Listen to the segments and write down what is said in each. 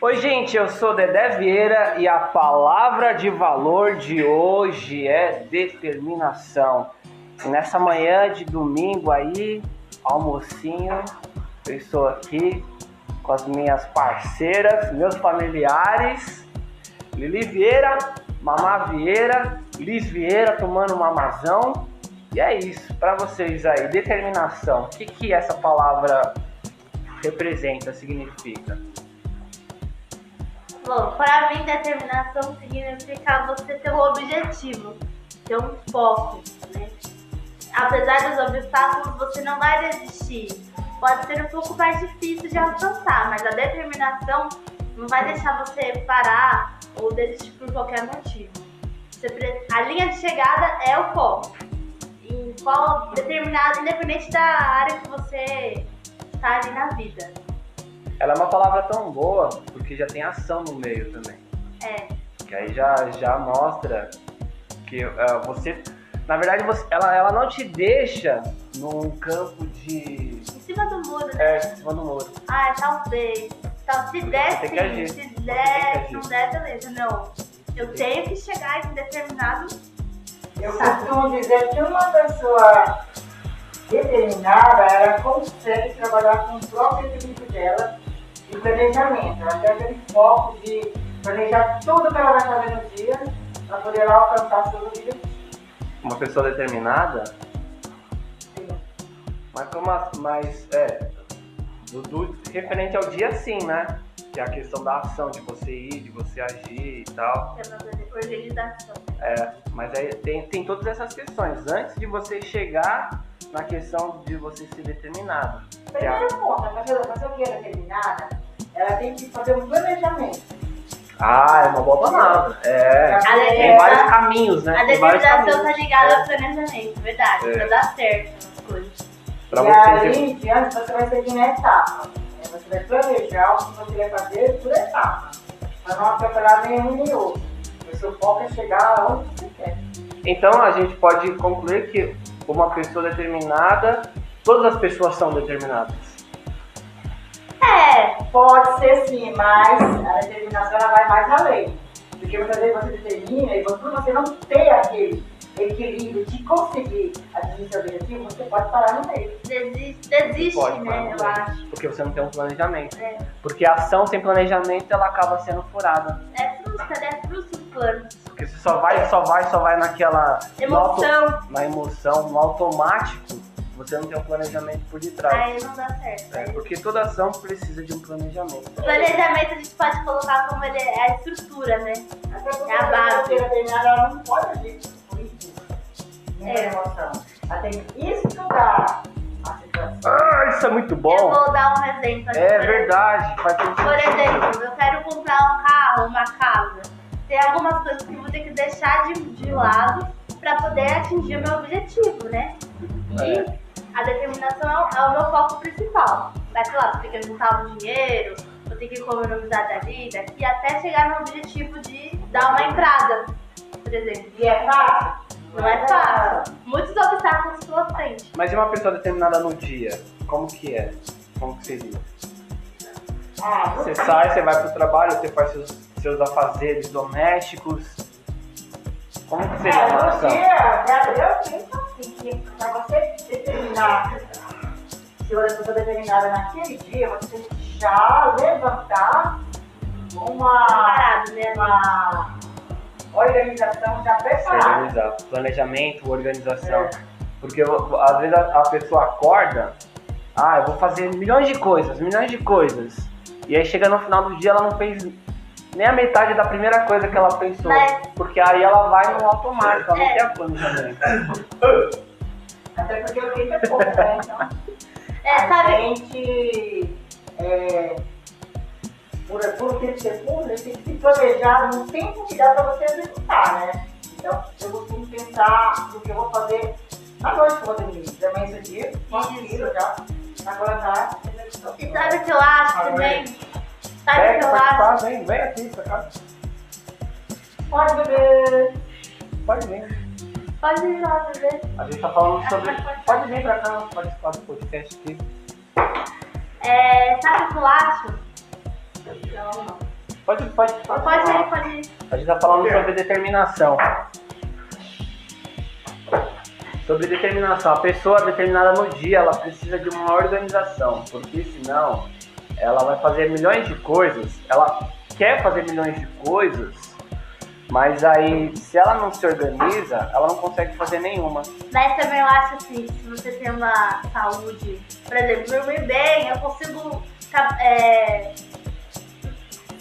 Oi, gente, eu sou Dedé Vieira e a palavra de valor de hoje é determinação. Nessa manhã de domingo aí, almocinho, eu estou aqui com as minhas parceiras, meus familiares, Lili Vieira, Mamá Vieira, Liz Vieira tomando uma amazão. E é isso, para vocês aí, determinação. O que, que essa palavra representa, significa? Bom, para mim, determinação significa você ter um objetivo, ter um foco, né? Apesar dos obstáculos, você não vai desistir. Pode ser um pouco mais difícil de alcançar, mas a determinação não vai deixar você parar ou desistir por qualquer motivo. Você pre- A linha de chegada é o foco. Em qual determinado, independente da área que você está ali na vida. Ela é uma palavra tão boa porque já tem ação no meio também. É. Que aí já, já mostra que ah, você. Na verdade, você- ela, ela não te deixa num campo de. Em cima do muro, né? É, em cima do muro. Ah, talvez. Então, se Você tem que der, sim. agir. Se Você tem que der, se não agir. der, beleza. Não. Eu tenho que chegar em determinado. Eu costumo Tá, então dizer que uma pessoa determinada, ela consegue trabalhar com o próprio equilíbrio dela e planejamento. Ela tem aquele foco de planejar tudo que ela vai fazer no dia para poder ela alcançar seus objetivos. Uma pessoa determinada. Mas como as, mas é. Do, do- referente ao dia sim, né? Que é a questão da ação, de você ir, de você agir e tal. Tá. Organização. Mas aí tem, tem todas essas questões. Antes de você chegar na questão de você ser determinado. Primeiro ponto, a pessoa, a pessoa que é determinada, ela tem que fazer um planejamento. Ah, é uma boa palavra. É. Ela Ela é Tem é- vários caminhos, né? A Tem vários determinação caminhos. tá ligada ao planejamento, verdade. É. Pra dar certo as coisas. Pra e você. aí, em diante, você vai seguir na etapa. Né? Você vai planejar o que você vai fazer por etapa. Para não atropelar nenhum nem outro. O seu foco é chegar onde você quer. Então a gente pode concluir que uma pessoa determinada, todas as pessoas são determinadas. É, Pode ser sim, mas a determinação ela vai mais além. Porque muitas vezes você determina e quando você não tem aquele equilíbrio de conseguir atingir seu objetivo, você pode parar no meio. desiste, desiste Pode, né? mas Eu não acho. Porque você não tem um planejamento. É. Porque a ação sem planejamento ela acaba sendo furada. É frustra, é frustra os planos. Porque você só vai, só vai, só vai naquela. no auto- Emoção. na emoção, no automático, você não tem um planejamento por detrás. Aí não dá certo. tá. É, porque toda ação precisa de um planejamento. O planejamento a gente pode colocar como ele é a estrutura, né? Até porque É a base. a pessoa determinada ela não pode agir por impulso, nem por É. emoção. Ela tem que estudar a situação. Ah, isso é muito Eu bom! vou dar um exemplo. aqui, É por exemplo. verdade, faz todo Por sentido. exemplo, eu quero comprar um carro, uma casa. Tem algumas coisas que eu vou ter que deixar de, de lado para poder atingir o meu objetivo, né? É. E a determinação é o- é o meu foco principal. Mas sei lá, vou ter que juntar um dinheiro, vou ter que economizar dali, daqui, até chegar no objetivo de dar uma entrada, por exemplo. E é fácil? Não é fácil. Muitos obstáculos pela frente. Mas e uma pessoa determinada no dia? Como que é? Como que seria? Ah, Você sai, você vai pro trabalho, você faz seus, seus afazeres domésticos. Como que seria é, uma no ação? dia, né, eu penso assim, que pra você determinar, se você for determinada naquele dia, você tem que já levantar uma, Parado, né? Ah, uma organização já Se preparada. organizar. Planejamento, organização. É. Porque eu- às vezes a, a pessoa acorda, ah, eu vou fazer milhões de coisas, milhões de coisas. E aí chega no final do dia ela não fez nem a metade da primeira coisa que ela pensou. Mas- Porque aí ela vai no automático, ela É. não tem planejamento. Até porque o tempo é pouco, né? Então, É, a sabe? gente, é, por, por tempo ser público, tem que se planejar no tempo que dá para você executar, né? Então, eu costumo pensar no que eu vou fazer na noite que eu vou dormir. Já amanhã do dia, consigo já, tá. Então, na boa tarde, execução. E sabe o que eu acho também? Sabe o que eu acho? participar, vem, vem aqui, pra cá. Pode beber. Pode vir. Pode ir lá ver. A gente tá falando sobre. Pode vir pra cá participar do podcast aqui. Então, É, sabe o que eu acho? Não, não. Pode, pode, pode. Pode ir, pode ir. A gente tá falando sobre determinação. Sobre determinação. A pessoa é determinada no dia, ela precisa de uma organização, porque senão ela vai fazer milhões de coisas, ela quer fazer milhões de coisas, mas aí se ela não se organiza, ela não consegue fazer nenhuma. Mas também eu acho assim, se você tem uma saúde, por exemplo, dormir bem, eu consigo tá, é,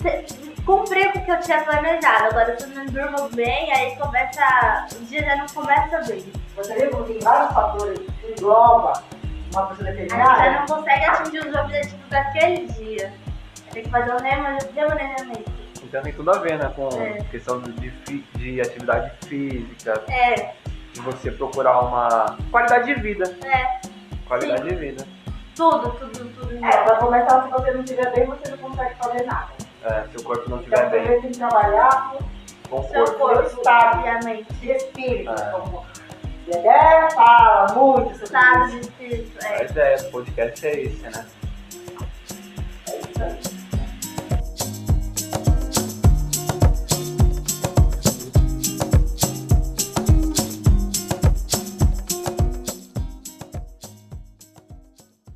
se- cumprir com o que eu tinha planejado. Agora, se eu não durmo bem, aí começa. O dia já não começa bem. Você vê como tem vários fatores que engloba uma pessoa Aí você determinada. não consegue atingir os objetivos daquele dia. Tem que fazer um remane- remanejamento. Então tem tudo a ver, né? Com É. questão de, fi- de atividade física, É, de você procurar uma qualidade de vida. é. Qualidade de vida. Tudo, tudo, tudo. É, pra começar, se você não estiver bem, você não consegue fazer nada. É, se o corpo não Então, estiver bem, você tem que trabalhar com o Seu corpo. corpo Estado. e a mente. de espírito. É. Como Dedé fala muito sobre Estado isso. de espírito, A é. ideia do podcast é esse, né? É isso aí.